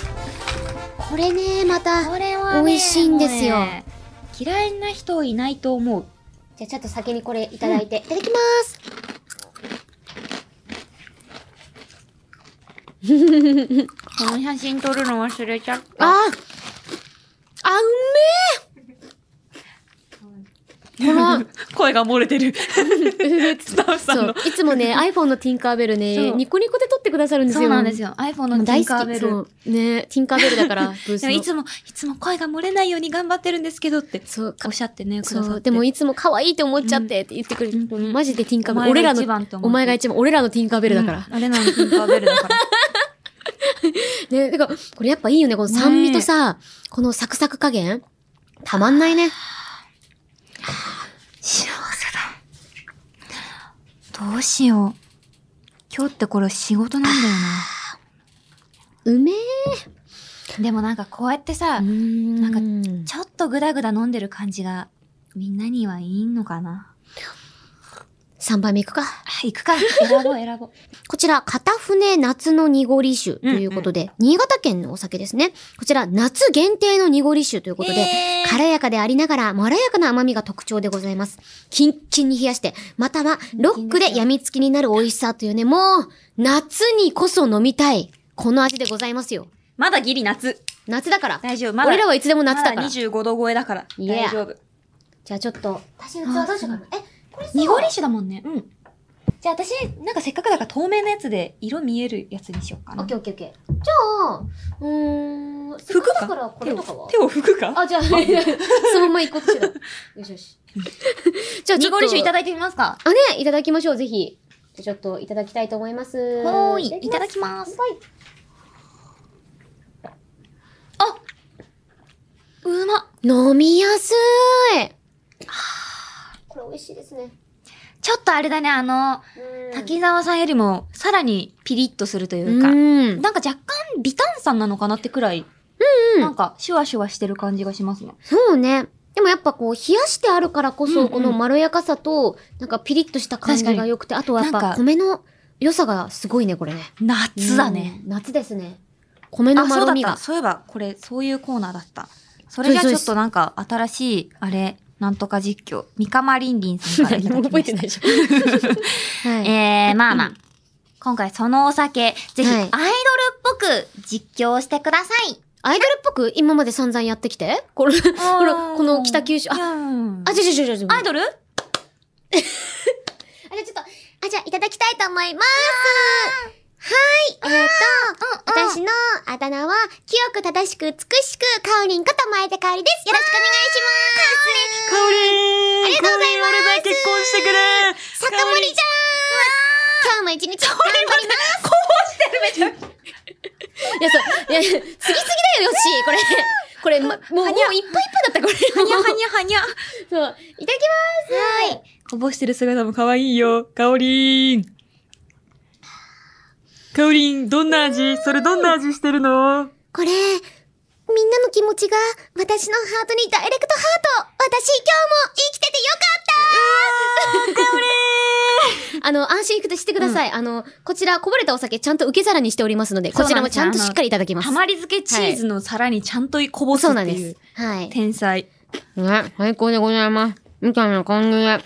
[SPEAKER 2] これね、また。
[SPEAKER 1] これはね、
[SPEAKER 2] 美味しいんですよ
[SPEAKER 1] もうね嫌いな人いないと思う。
[SPEAKER 2] じゃあちょっと先にこれいただいて、いただきます。
[SPEAKER 1] この写真撮るの忘れちゃった。
[SPEAKER 2] ああ、うめ *laughs* えこの、
[SPEAKER 1] 声が漏れて *laughs* る。スタッフさ
[SPEAKER 2] そ
[SPEAKER 1] ん
[SPEAKER 2] う
[SPEAKER 1] の。、
[SPEAKER 2] いつもね、iPhone のティンカーベルね、
[SPEAKER 1] そう
[SPEAKER 2] ニコニコで撮ってくださるんですよ。
[SPEAKER 1] そうなんですよ。iPhone
[SPEAKER 2] も
[SPEAKER 1] の
[SPEAKER 2] う
[SPEAKER 1] ティ
[SPEAKER 2] 大
[SPEAKER 1] ンカ
[SPEAKER 2] 好
[SPEAKER 1] ーベ
[SPEAKER 2] き。
[SPEAKER 1] ル。
[SPEAKER 2] そう。ね、ティンカーベルだから、ブース *laughs*
[SPEAKER 1] で
[SPEAKER 2] の。
[SPEAKER 1] もいつも、いつも声が漏れないように頑張ってるんですけどって、
[SPEAKER 2] そう、
[SPEAKER 1] おっしゃってね、くださって
[SPEAKER 2] そう、でもいつも可愛いって思っちゃってって言ってくれ
[SPEAKER 1] うん本当に
[SPEAKER 2] る。マジでティンカーベ
[SPEAKER 1] お
[SPEAKER 2] ル。
[SPEAKER 1] 前
[SPEAKER 2] 俺
[SPEAKER 1] が
[SPEAKER 2] ら
[SPEAKER 1] 一番と思って
[SPEAKER 2] の、お前が一番、俺らのティンカーベルだから。
[SPEAKER 1] うんあれなの、ティンカーベルだ *laughs* から。
[SPEAKER 2] ね、だから、これやっぱいいよね、この酸味とさ、このサクサク加減。たまんないね。
[SPEAKER 1] 幸せだ。どうしよう。今日ってこれ仕事なんだよ
[SPEAKER 2] うめえ。
[SPEAKER 1] *sighs* な。でもなんかこうやってさ、な
[SPEAKER 2] な
[SPEAKER 1] んちょっとグダグダ飲んでる感じが、みんなにはいいのかな。
[SPEAKER 2] 3番目いくか。
[SPEAKER 1] あ行くか。選ぼう、選ぼう。 *laughs*
[SPEAKER 2] こちら、片船夏の濁り酒ということで、新潟県のお酒ですね。こちら、夏限定の濁り酒ということで、
[SPEAKER 1] えー
[SPEAKER 2] 軽やかでありながら、まろやかな甘みが特徴でございます。キンキンに冷やして、または、ロックで病みつきになる美味しさというね、もう、夏にこそ飲みたい、この味でございますよ。
[SPEAKER 1] まだギリ夏。
[SPEAKER 2] 夏だから。
[SPEAKER 1] 大丈夫まだ
[SPEAKER 2] 俺らはいつでも夏だから。じ
[SPEAKER 1] 25度超えだから。
[SPEAKER 2] いや
[SPEAKER 1] 大丈夫。
[SPEAKER 2] ゃあちょっと、私器
[SPEAKER 1] あ
[SPEAKER 2] どうしようかな。え、これさ
[SPEAKER 1] 濁り酒だもんね。うん。じゃあ私、なんかせっかくだから透明のやつで色見えるやつにしようか
[SPEAKER 2] オ
[SPEAKER 1] な
[SPEAKER 2] ッケ。ーオッケーオッケー。じゃあ、うーん、せっ
[SPEAKER 1] 拭く
[SPEAKER 2] か
[SPEAKER 1] か
[SPEAKER 2] くだからこれとかは
[SPEAKER 1] 手を拭くか
[SPEAKER 2] あ、じゃあ、 *laughs* そのまま行こうとしてた。よしよし。 *laughs* じゃあ、
[SPEAKER 1] 濁り酒いた
[SPEAKER 2] だ
[SPEAKER 1] だいてみますか。
[SPEAKER 2] あ、ね、いただきましょう、ぜひ。じゃあちょっと、いただきたいと思います。
[SPEAKER 1] はーい、いただきま。
[SPEAKER 2] ますはい。
[SPEAKER 1] あうま
[SPEAKER 2] *sighs* 飲みやすい。これ美味しいですね。
[SPEAKER 1] ちょっとあれだね、あの、滝沢さんよりもさらにピリッとするというか、
[SPEAKER 2] うん。
[SPEAKER 1] なんか若干微炭酸なのかなってくらい、なんかシュワシュワしてる感じがしますね。
[SPEAKER 2] そうね。でもやっぱこう、冷やしてあるからこ
[SPEAKER 1] うんう
[SPEAKER 2] そ、
[SPEAKER 1] ん
[SPEAKER 2] このまろやかさと、なんかピリッとした感じが良くて、あとはやっ
[SPEAKER 1] なん
[SPEAKER 2] ぱ
[SPEAKER 1] か
[SPEAKER 2] 米の良さがすごいね、これね。
[SPEAKER 1] 夏だね。
[SPEAKER 2] うん。夏ですね。米の
[SPEAKER 1] あ、
[SPEAKER 2] ま
[SPEAKER 1] そう
[SPEAKER 2] ろ
[SPEAKER 1] だっ
[SPEAKER 2] み
[SPEAKER 1] た。
[SPEAKER 2] が。
[SPEAKER 1] そういえば、これ、そういうコーナーだった。それじゃあ
[SPEAKER 2] そう
[SPEAKER 1] ち
[SPEAKER 2] で
[SPEAKER 1] ょ
[SPEAKER 2] す
[SPEAKER 1] っとなんか、新しい、あれ、なんとか実況、三釜りんりんさん *laughs*
[SPEAKER 2] *laughs*
[SPEAKER 1] からいただきました。
[SPEAKER 2] ないでし
[SPEAKER 1] *laughs*
[SPEAKER 2] ょ。はい。
[SPEAKER 1] えー、まあまあ。今回そのお酒、ぜひ
[SPEAKER 2] は
[SPEAKER 1] ア
[SPEAKER 2] い
[SPEAKER 1] イドルっぽく実況してください。
[SPEAKER 2] アイドルっぽく今まで散々やってきてこれ、ほら、この北九州。
[SPEAKER 1] あ、
[SPEAKER 2] あ、
[SPEAKER 1] うん
[SPEAKER 2] あ、ちょちょちょちょちょ。
[SPEAKER 1] アイドル
[SPEAKER 2] あ、じゃあちょっと、あ、じゃあいただきたいと思います。はい、えっ、と、私のあだ名は、清く正しく美しく、かおりんこと前田かおりです。よろしくお願いします。かおりん
[SPEAKER 1] あり
[SPEAKER 2] がとうございます
[SPEAKER 1] 俺が結婚してくれ
[SPEAKER 2] 坂森ちゃん今日も一日頑張ります。こうしてるめちゃいや、そう、いや、次々だよ、よっしー、これ。これ、ま、もう、もういっぱいいっぱいだった、これ。
[SPEAKER 1] はにゃはにゃはにゃ。
[SPEAKER 2] そう、いただきます。はい。
[SPEAKER 1] こぼしてる姿も可愛いよ。かおりん。かおりん、どんな味それどんな味してるの
[SPEAKER 2] これ、みんなの気持ちが私のハートにダイレクトハート私今日も生きててよかったあの、安心してください。あの、こちら、こぼれたお酒ちゃんと受け皿にしておりますので、
[SPEAKER 1] そう
[SPEAKER 2] こ
[SPEAKER 1] なん
[SPEAKER 2] ち
[SPEAKER 1] です
[SPEAKER 2] らもちゃんとしっかりいただきます
[SPEAKER 1] た。まり漬けチーズの皿にちゃんとこぼす
[SPEAKER 2] そ
[SPEAKER 1] っ
[SPEAKER 2] うなん
[SPEAKER 1] て
[SPEAKER 2] で
[SPEAKER 1] いう
[SPEAKER 2] す。はい。
[SPEAKER 1] 天才。
[SPEAKER 2] ね、最高でございます。みたいな感じで。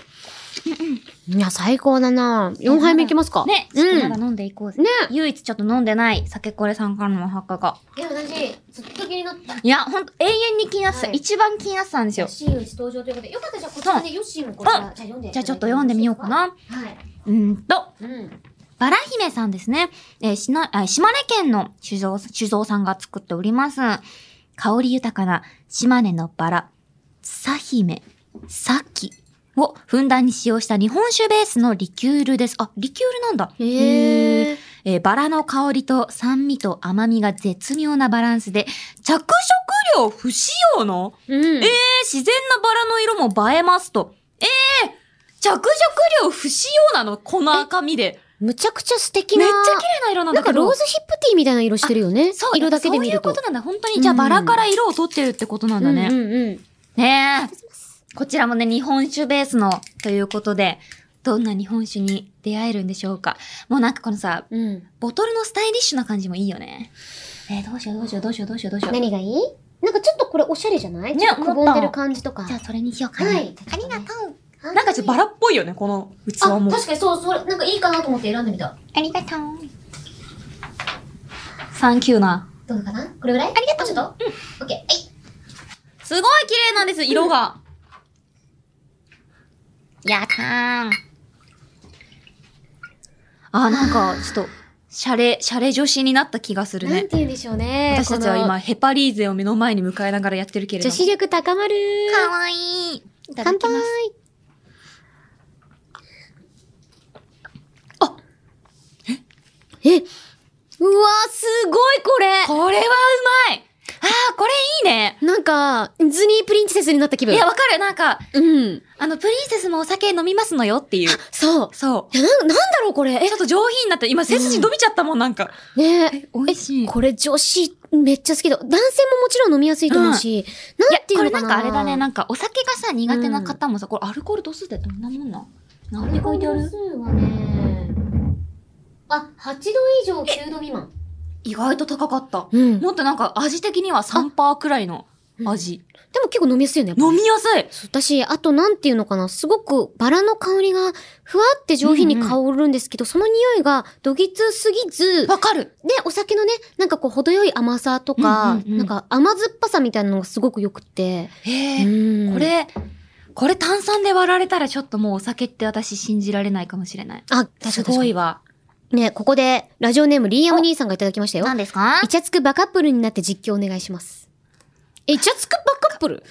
[SPEAKER 2] いや、最高だな4杯目いきますか。
[SPEAKER 1] ね、ちょっ
[SPEAKER 2] う
[SPEAKER 1] と
[SPEAKER 2] ん。
[SPEAKER 1] ま
[SPEAKER 2] ね。
[SPEAKER 1] だ飲んでいこうぜ。唯一ちょっと飲んでない酒これさんからのお墓が。
[SPEAKER 2] いや、私、ずっと気になった。
[SPEAKER 1] いや、ほんと永遠に気になってた。
[SPEAKER 2] はい
[SPEAKER 1] 一番気になってたんですよ。
[SPEAKER 2] シーン登場ということで、よかったじゃあ、こ
[SPEAKER 1] ちらね
[SPEAKER 2] ヨッシーもこ
[SPEAKER 1] ちら
[SPEAKER 2] じゃ読んで
[SPEAKER 1] じゃあちょっと読んでみようか。な。
[SPEAKER 2] はい。
[SPEAKER 1] うんと、
[SPEAKER 2] うん。
[SPEAKER 1] バラ姫さんですね。えーしな、あ島根県の酒造、酒造さんが作っております。香り豊かな島根のバラ、さ姫、さきをふんだんに使用した日本酒ベースのリキュールです。あ、リキュールなんだ。
[SPEAKER 2] へえ。
[SPEAKER 1] えーバラの香りと酸味と甘みが絶妙なバランスで、着色料不使用の、
[SPEAKER 2] う
[SPEAKER 1] え
[SPEAKER 2] ん。
[SPEAKER 1] ー自然なバラの色も映えますと。えー着色料不使用なのこの赤みで。
[SPEAKER 2] むちゃくちゃ素敵
[SPEAKER 1] め
[SPEAKER 2] な。
[SPEAKER 1] っちゃ綺麗な色なんだ
[SPEAKER 2] なん
[SPEAKER 1] け
[SPEAKER 2] か
[SPEAKER 1] ど。
[SPEAKER 2] ローズヒップティーみたいな色してるよね。
[SPEAKER 1] そう、
[SPEAKER 2] 色だけで見る
[SPEAKER 1] そ
[SPEAKER 2] と。
[SPEAKER 1] ういうことなんだ。本当に、じゃあ、
[SPEAKER 2] うん
[SPEAKER 1] バラから色を取ってるってことなんだね。
[SPEAKER 2] うんうんうん。
[SPEAKER 1] ねえ。こちらもね、日本酒ベースの、ということで、どんな日本酒に出会えるんでしょうか。もうなんかこのさ、
[SPEAKER 2] うん。
[SPEAKER 1] ボトルのスタイリッシュな感じもいいよね。えー、どうしようどうしようどうしようどうしようどうしよう。
[SPEAKER 2] 何がいいなんかちょっとこれおしゃれじゃない
[SPEAKER 1] ね
[SPEAKER 2] ちょっとくぼんで
[SPEAKER 1] 思
[SPEAKER 2] る
[SPEAKER 1] った
[SPEAKER 2] 感じとか。
[SPEAKER 1] じゃあ、それにしようかな。
[SPEAKER 2] はい。ありがとう。
[SPEAKER 1] なんかちょっとバラっぽいよね、この器
[SPEAKER 2] あ、
[SPEAKER 1] も。
[SPEAKER 2] 確かにそう、それ、なんかいいかなと思って選んでみた。
[SPEAKER 1] ありがとう。サンキューな。
[SPEAKER 2] どうかなこれぐらいありがとう。ちょっとうん。オッケー。はい。
[SPEAKER 1] すごい綺麗なんです、色
[SPEAKER 2] *laughs*
[SPEAKER 1] が。やったーん。あ、なんか、ちょっと、シャレ、シャレ女子になった気がする
[SPEAKER 2] なん
[SPEAKER 1] ね
[SPEAKER 2] て。言うんでしょうね。
[SPEAKER 1] 私たちは
[SPEAKER 2] こ
[SPEAKER 1] 今、
[SPEAKER 2] の。
[SPEAKER 1] ヘパリーゼを目の前に迎えながらやってるけれども。
[SPEAKER 2] 女子力高まる。
[SPEAKER 1] かわいい。いただ
[SPEAKER 2] 乾
[SPEAKER 1] き
[SPEAKER 2] 杯
[SPEAKER 1] ます。。あ
[SPEAKER 2] えうわー、すごいこれ
[SPEAKER 1] *laughs* これはうまいあー、これいいね。
[SPEAKER 2] なんか、ディズニープリンセスになった気
[SPEAKER 1] い
[SPEAKER 2] 分。
[SPEAKER 1] や、わかる。なんか、
[SPEAKER 2] うん。
[SPEAKER 1] あの、プリンセスもお酒飲みますのよっていう。
[SPEAKER 2] そう。
[SPEAKER 1] そ
[SPEAKER 2] いや、なん、なんだろうこれ。
[SPEAKER 1] う。ちょっと上品になって、今背筋伸びちゃったもん、なんか。
[SPEAKER 2] え、ね
[SPEAKER 1] 美味しい
[SPEAKER 2] これ女子めっちゃ好きだ。男性ももちろん飲みやすいと思うし。
[SPEAKER 1] い
[SPEAKER 2] な
[SPEAKER 1] や
[SPEAKER 2] んてい
[SPEAKER 1] こ
[SPEAKER 2] う
[SPEAKER 1] れな
[SPEAKER 2] のか
[SPEAKER 1] ん
[SPEAKER 2] な
[SPEAKER 1] かあれだね、なんかお酒がさ、苦手な方もさ、これアルコール度数ってどんなもんなん何で書いてある
[SPEAKER 2] はね、あ、8度以上9度未満。
[SPEAKER 1] 意外と高かった。
[SPEAKER 2] うん。でも
[SPEAKER 1] もっとなんか味的には3%くらいの味。
[SPEAKER 2] 結構飲みやすいよね。
[SPEAKER 1] 飲みやすい
[SPEAKER 2] 私、あとなんていうのかな、すごくバラの香りがふわって上品に香るんですけど、その匂いがどぎつすぎず、で、
[SPEAKER 1] わかる
[SPEAKER 2] お酒のね、なんかこう程よい甘さと
[SPEAKER 1] う
[SPEAKER 2] か、
[SPEAKER 1] んうんうん
[SPEAKER 2] なんか甘酸っぱさみたいなのがすごく良くて。
[SPEAKER 1] へえ、
[SPEAKER 2] うん
[SPEAKER 1] こ。れ、これ炭酸で割られたらちょっともうお酒って私信じられないかもしれない。
[SPEAKER 2] あ、確かに
[SPEAKER 1] す
[SPEAKER 2] 確
[SPEAKER 1] ご
[SPEAKER 2] か
[SPEAKER 1] い
[SPEAKER 2] に。
[SPEAKER 1] わ。
[SPEAKER 2] ね、ここで、ラジオネームリーアム兄さんがいただきましたよ。
[SPEAKER 1] ですか
[SPEAKER 2] イチャつくバカップルになって実況お願いします。え、イチャつくバカップル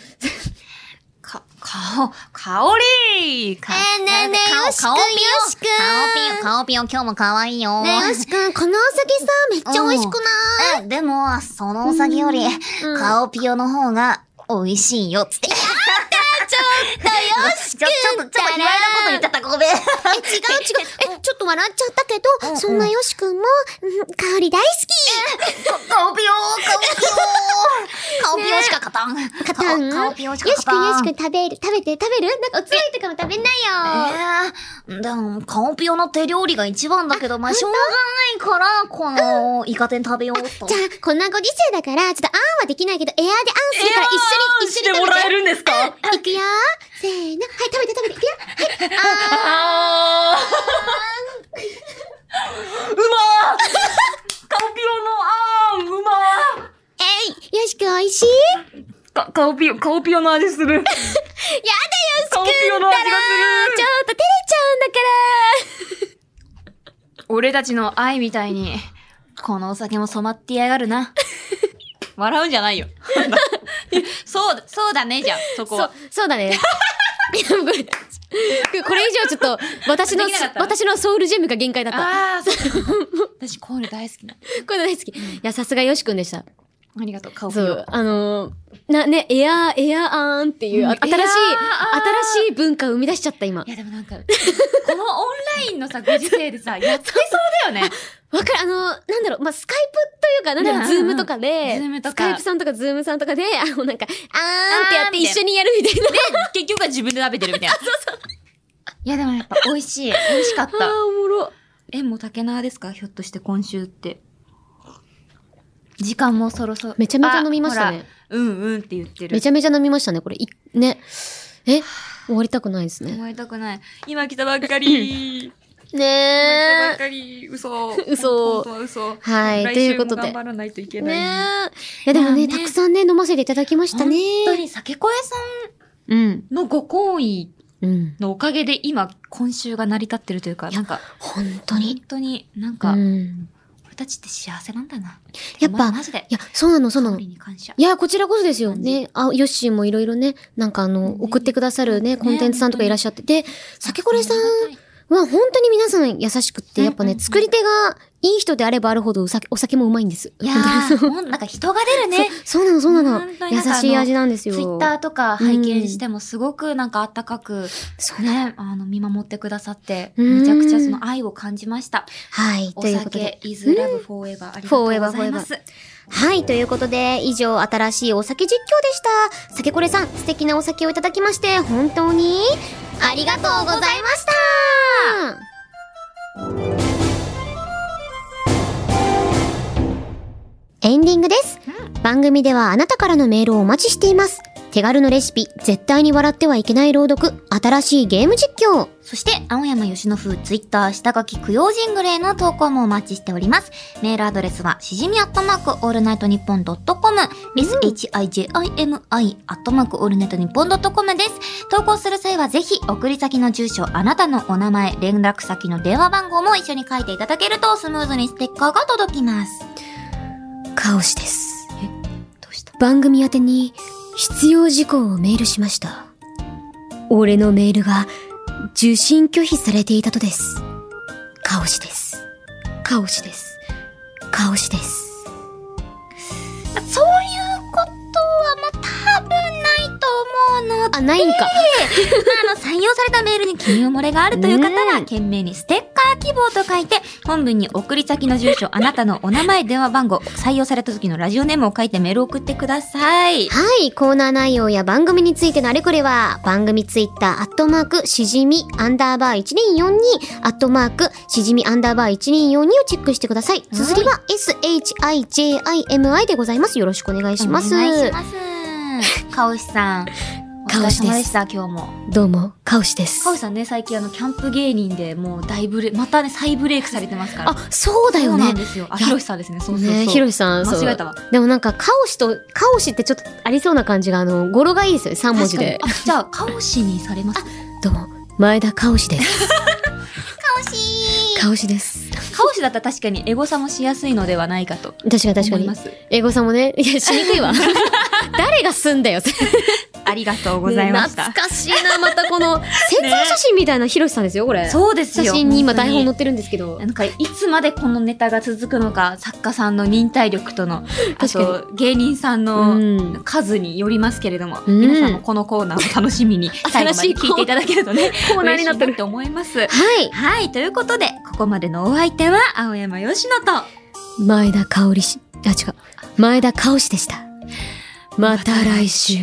[SPEAKER 1] か、顔、香りか
[SPEAKER 2] えーねえねえ
[SPEAKER 1] 顔
[SPEAKER 2] よしくん
[SPEAKER 1] 顔ピヨ
[SPEAKER 2] よし
[SPEAKER 1] 顔
[SPEAKER 2] くん
[SPEAKER 1] ピヨ、顔ピヨ、今日も可愛いよ
[SPEAKER 2] しくん、このお酒さ、めっ
[SPEAKER 1] ちゃ美味しく
[SPEAKER 2] な
[SPEAKER 1] えでも、そのお酒より、
[SPEAKER 2] うん
[SPEAKER 1] カオピオの方が美味しいよ、つって。
[SPEAKER 2] ちょっしくん
[SPEAKER 3] *laughs* ちょ、ちょっと、ちょっと卑猥なこと言っちゃった、ごめん。
[SPEAKER 2] え、違う違う。え、ちょっと笑っちゃったけど、そんなよしくんも、うん香り大好
[SPEAKER 3] 顔病、顔病。顔病しか勝たん。
[SPEAKER 2] きカタンよし
[SPEAKER 3] 顔顔
[SPEAKER 2] くん
[SPEAKER 3] 病
[SPEAKER 2] よ
[SPEAKER 3] しか勝
[SPEAKER 2] したくん
[SPEAKER 3] ん。
[SPEAKER 2] 食べる、食べて、食べるなんかおつまみとかも食べないよ。
[SPEAKER 3] えー、でも、顔ピオの手料理が一番だけど、まあ、しょうがないから、この、イカ天食べようと。
[SPEAKER 2] じゃあ、こんなご時世だから、ちょっとあんはできないけど、エアーであんするから一緒に、一緒に食べて。
[SPEAKER 3] るんですか
[SPEAKER 2] いくよせーの。はい、食べて食べて。いくよ。
[SPEAKER 3] あーうまー顔ピオのあーうま
[SPEAKER 2] えい、よしくん美味しいやだよ
[SPEAKER 1] か顔ピオ、顔ピオの味する。
[SPEAKER 2] しくん
[SPEAKER 1] オの味が
[SPEAKER 2] ちょっと照れちゃうんだから。
[SPEAKER 1] 俺たちの愛みたいに、このお酒も染まってやがるな。笑うんじゃない
[SPEAKER 2] *laughs*
[SPEAKER 1] よ。そう、そうだね、じゃあ、そこ
[SPEAKER 2] そう
[SPEAKER 1] は。、
[SPEAKER 2] そうだね。 *laughs* これ以上ちょっと、私の
[SPEAKER 1] できなかっ、た
[SPEAKER 2] 私のソウルジェムが限界だった。
[SPEAKER 1] ああ、そうか。 *laughs* 私、こういうの大好きな。
[SPEAKER 2] これ大好き。いや、さすがよしくんでした。
[SPEAKER 1] ありがとう、顔ピ
[SPEAKER 2] そ
[SPEAKER 1] オ。
[SPEAKER 2] う、あのーな、ね、エアー、エアーアーンっていう、
[SPEAKER 1] うん
[SPEAKER 2] あ新し
[SPEAKER 1] エ
[SPEAKER 2] い
[SPEAKER 1] アーアー、
[SPEAKER 2] 新しい文化を生み出しちゃった、今。わ
[SPEAKER 1] い
[SPEAKER 2] か
[SPEAKER 1] や、でもなんか、このオンラインのさ、ご時世で
[SPEAKER 2] *laughs*
[SPEAKER 1] さ、やってそうだよね。
[SPEAKER 2] る、あのーなんだろう、まあ、スカイプというか、なんだろう、
[SPEAKER 1] ね
[SPEAKER 2] ズームとかで、
[SPEAKER 1] うんうん Zoom とか
[SPEAKER 2] スカイプさんとかズームさんとかで、あの、なんか、あーんってやって
[SPEAKER 1] あーんみたいな
[SPEAKER 2] 一緒にやるみたいな。
[SPEAKER 1] 結局は自分で食べてるみたい
[SPEAKER 2] *laughs*
[SPEAKER 1] な。そうそう。いや、でもやっぱ美味しい。美味しかっ
[SPEAKER 2] あ
[SPEAKER 1] た。
[SPEAKER 2] ー、おもろ。
[SPEAKER 1] 縁も竹縄ですかひょっとして今週って。時間もそろそろ。
[SPEAKER 2] めちゃめちゃ飲みましたね
[SPEAKER 1] あ。ほらうんうんって言ってる。
[SPEAKER 2] めちゃめちゃ飲みましたね、これ。いね。え、終わりたくないですね。
[SPEAKER 1] 思いたくない。今来たばっか
[SPEAKER 2] *laughs*
[SPEAKER 1] り。今来たばっ
[SPEAKER 2] ね
[SPEAKER 1] かり。嘘。
[SPEAKER 2] *laughs* 嘘
[SPEAKER 1] 本当は嘘。
[SPEAKER 2] はい
[SPEAKER 1] 来
[SPEAKER 2] とい
[SPEAKER 1] 週
[SPEAKER 2] う
[SPEAKER 1] も
[SPEAKER 2] ことで
[SPEAKER 1] 頑張らないといけ
[SPEAKER 2] え。
[SPEAKER 1] ない。
[SPEAKER 2] ねえ。いやでもね、
[SPEAKER 1] まあ
[SPEAKER 2] た
[SPEAKER 1] ね
[SPEAKER 2] くさんね、飲ませていただきました
[SPEAKER 1] 本
[SPEAKER 2] ね。
[SPEAKER 1] 当に酒小屋さ
[SPEAKER 2] うん。
[SPEAKER 1] んのご好意
[SPEAKER 2] うん。
[SPEAKER 1] のおかげで今、今週が成り立ってるというか、なんか、
[SPEAKER 2] 本当
[SPEAKER 1] 本
[SPEAKER 2] に。
[SPEAKER 1] 当になんか、
[SPEAKER 2] うん。
[SPEAKER 1] 俺たちって幸せなんだな。
[SPEAKER 2] やっぱ
[SPEAKER 1] まあマジで
[SPEAKER 2] い。や、そうなの、そうな
[SPEAKER 1] 香
[SPEAKER 2] の。
[SPEAKER 1] りに感謝。
[SPEAKER 2] いや、こちらこそですよ。
[SPEAKER 1] 感じ
[SPEAKER 2] ね。あ、ヨッシーもいろいろね、なんかあの、
[SPEAKER 1] ね
[SPEAKER 2] 送ってくださるね、コンテンツさんとかいらっしゃって。で、酒これさん
[SPEAKER 1] ありがたい
[SPEAKER 2] は本当に皆さん優しくって、やっぱ
[SPEAKER 1] うんうんう
[SPEAKER 2] ね、
[SPEAKER 1] ん
[SPEAKER 2] 作り手がいい人であればあるほどお酒、お酒もうまいんです。
[SPEAKER 1] いや
[SPEAKER 2] *laughs* 本当
[SPEAKER 1] ー、
[SPEAKER 2] に
[SPEAKER 1] もうなんか人が出るね。
[SPEAKER 2] そうそうなの、そうなの
[SPEAKER 1] 本当。にな
[SPEAKER 2] 優
[SPEAKER 1] んかあの
[SPEAKER 2] しい味なんです
[SPEAKER 1] ツイ
[SPEAKER 2] よ。
[SPEAKER 1] ッターとか拝見してもすごくなんかあったかく、
[SPEAKER 2] そうなの。
[SPEAKER 1] ね、あの、見守ってくださって、
[SPEAKER 2] うん
[SPEAKER 1] めちゃくちゃその愛を感じました。
[SPEAKER 2] はい、
[SPEAKER 1] お
[SPEAKER 2] ということで
[SPEAKER 1] 酒。、イズラブ、フォーエバー、ありがとうございます。
[SPEAKER 2] はい、ということで、以上、新しいお酒実況でした。酒これさん、素敵なお酒をいただきまして、本当に、ありがとうございましたエンディングです。番組ではあなたからのメールをお待ちしています。手軽のレシピ、絶対に笑ってはいけない朗読、新しいゲーム実況。
[SPEAKER 3] そして、青山由伸風ツイッター下書き供養ジングルへの投稿もお待ちしております。メールアドレスは、しじみアットマークオールナイトニッポンドットコム、shijimi アットマークオールナイトニッポンドットコムです。投稿する際はぜひ、送り先の住所、あなたのお名前、連絡先の電話番号も一緒に書いていただけると、スムーズにステッカーが届きます。
[SPEAKER 2] カオシです。
[SPEAKER 1] どうした
[SPEAKER 2] 番組宛てに必要事項をメールしました。俺のメールが受信拒否されていたとです。カオシです。カオシです。カオシです。
[SPEAKER 3] そういうことは、まあ、多分ないと思うので
[SPEAKER 2] あ、ないんか。
[SPEAKER 3] あの、採用されたメールに記入漏れがあるという方は、懸命にステッカー希望と書いて、本文に送り先の住所、あなたのお名前、電話番号、採用された時のラジオネームを書いてメールを送ってください。
[SPEAKER 2] はい、コーナー内容や番組についてのあれこれは、番組ツイッター、アットマーク、しじみ、アンダーバー1242、アットマーク、しじみ、アンダーバー1242をチェックしてください。綴りは、shijimi でございます。よろしくお願いします。
[SPEAKER 3] お願いします。かおしさん。お疲れ様でした、今日も。
[SPEAKER 2] どうも、カオシです。
[SPEAKER 1] かおさんね、最近あの、キャンプ芸人でもう大ブレ、またね、再ブレイクされてますから。
[SPEAKER 2] あ、そうだよ
[SPEAKER 1] そうな
[SPEAKER 2] ね
[SPEAKER 1] ん。ですよ。あ、
[SPEAKER 2] いや
[SPEAKER 1] ひろしさんですね。そうそうそう。
[SPEAKER 2] ねひろしさん、そう
[SPEAKER 1] 間違えたわ。
[SPEAKER 2] でもなんか、カオシと、カオシってちょっとありそうな感じが、あの、語呂がいいですよね、3文字で
[SPEAKER 1] 確。かにあじゃあ、かおしにされます。
[SPEAKER 2] どうも、前田カオ
[SPEAKER 1] *laughs*
[SPEAKER 2] シです。
[SPEAKER 3] かおし
[SPEAKER 2] カオシです。
[SPEAKER 1] かおしだったら確かにエゴサもしやすいのではないかと
[SPEAKER 2] 確かに確か
[SPEAKER 1] 思い
[SPEAKER 2] に
[SPEAKER 1] ま。す。
[SPEAKER 2] *laughs* 英語さんもね、いや、しにくいわ。誰がすんだよ、それ
[SPEAKER 1] ありがとうございました。
[SPEAKER 2] 懐かしいな、またこ *laughs* の、宣材写真みたいなひろしさんですよ、これ。
[SPEAKER 1] そうです
[SPEAKER 2] 写
[SPEAKER 1] よ。
[SPEAKER 2] 真に今台本載
[SPEAKER 1] の。
[SPEAKER 2] ってるんですけど。
[SPEAKER 1] なんかいつまでこのネタが続くのか作家さんの忍耐力と
[SPEAKER 2] *laughs*
[SPEAKER 1] のあと芸人さん
[SPEAKER 2] う
[SPEAKER 1] の
[SPEAKER 2] ん。
[SPEAKER 1] 数によりますけれども、
[SPEAKER 2] うん
[SPEAKER 1] 皆さんもこのコーナーを楽しみに最後まで聞いていただけるとね
[SPEAKER 2] *laughs* コーナーになって
[SPEAKER 1] 嬉しい
[SPEAKER 2] る。
[SPEAKER 1] と思います。
[SPEAKER 2] はい。
[SPEAKER 1] はいということでここまでのお相手は青山佳乃と
[SPEAKER 2] 前田香織し、あ、違う。前田香織でした。また来週。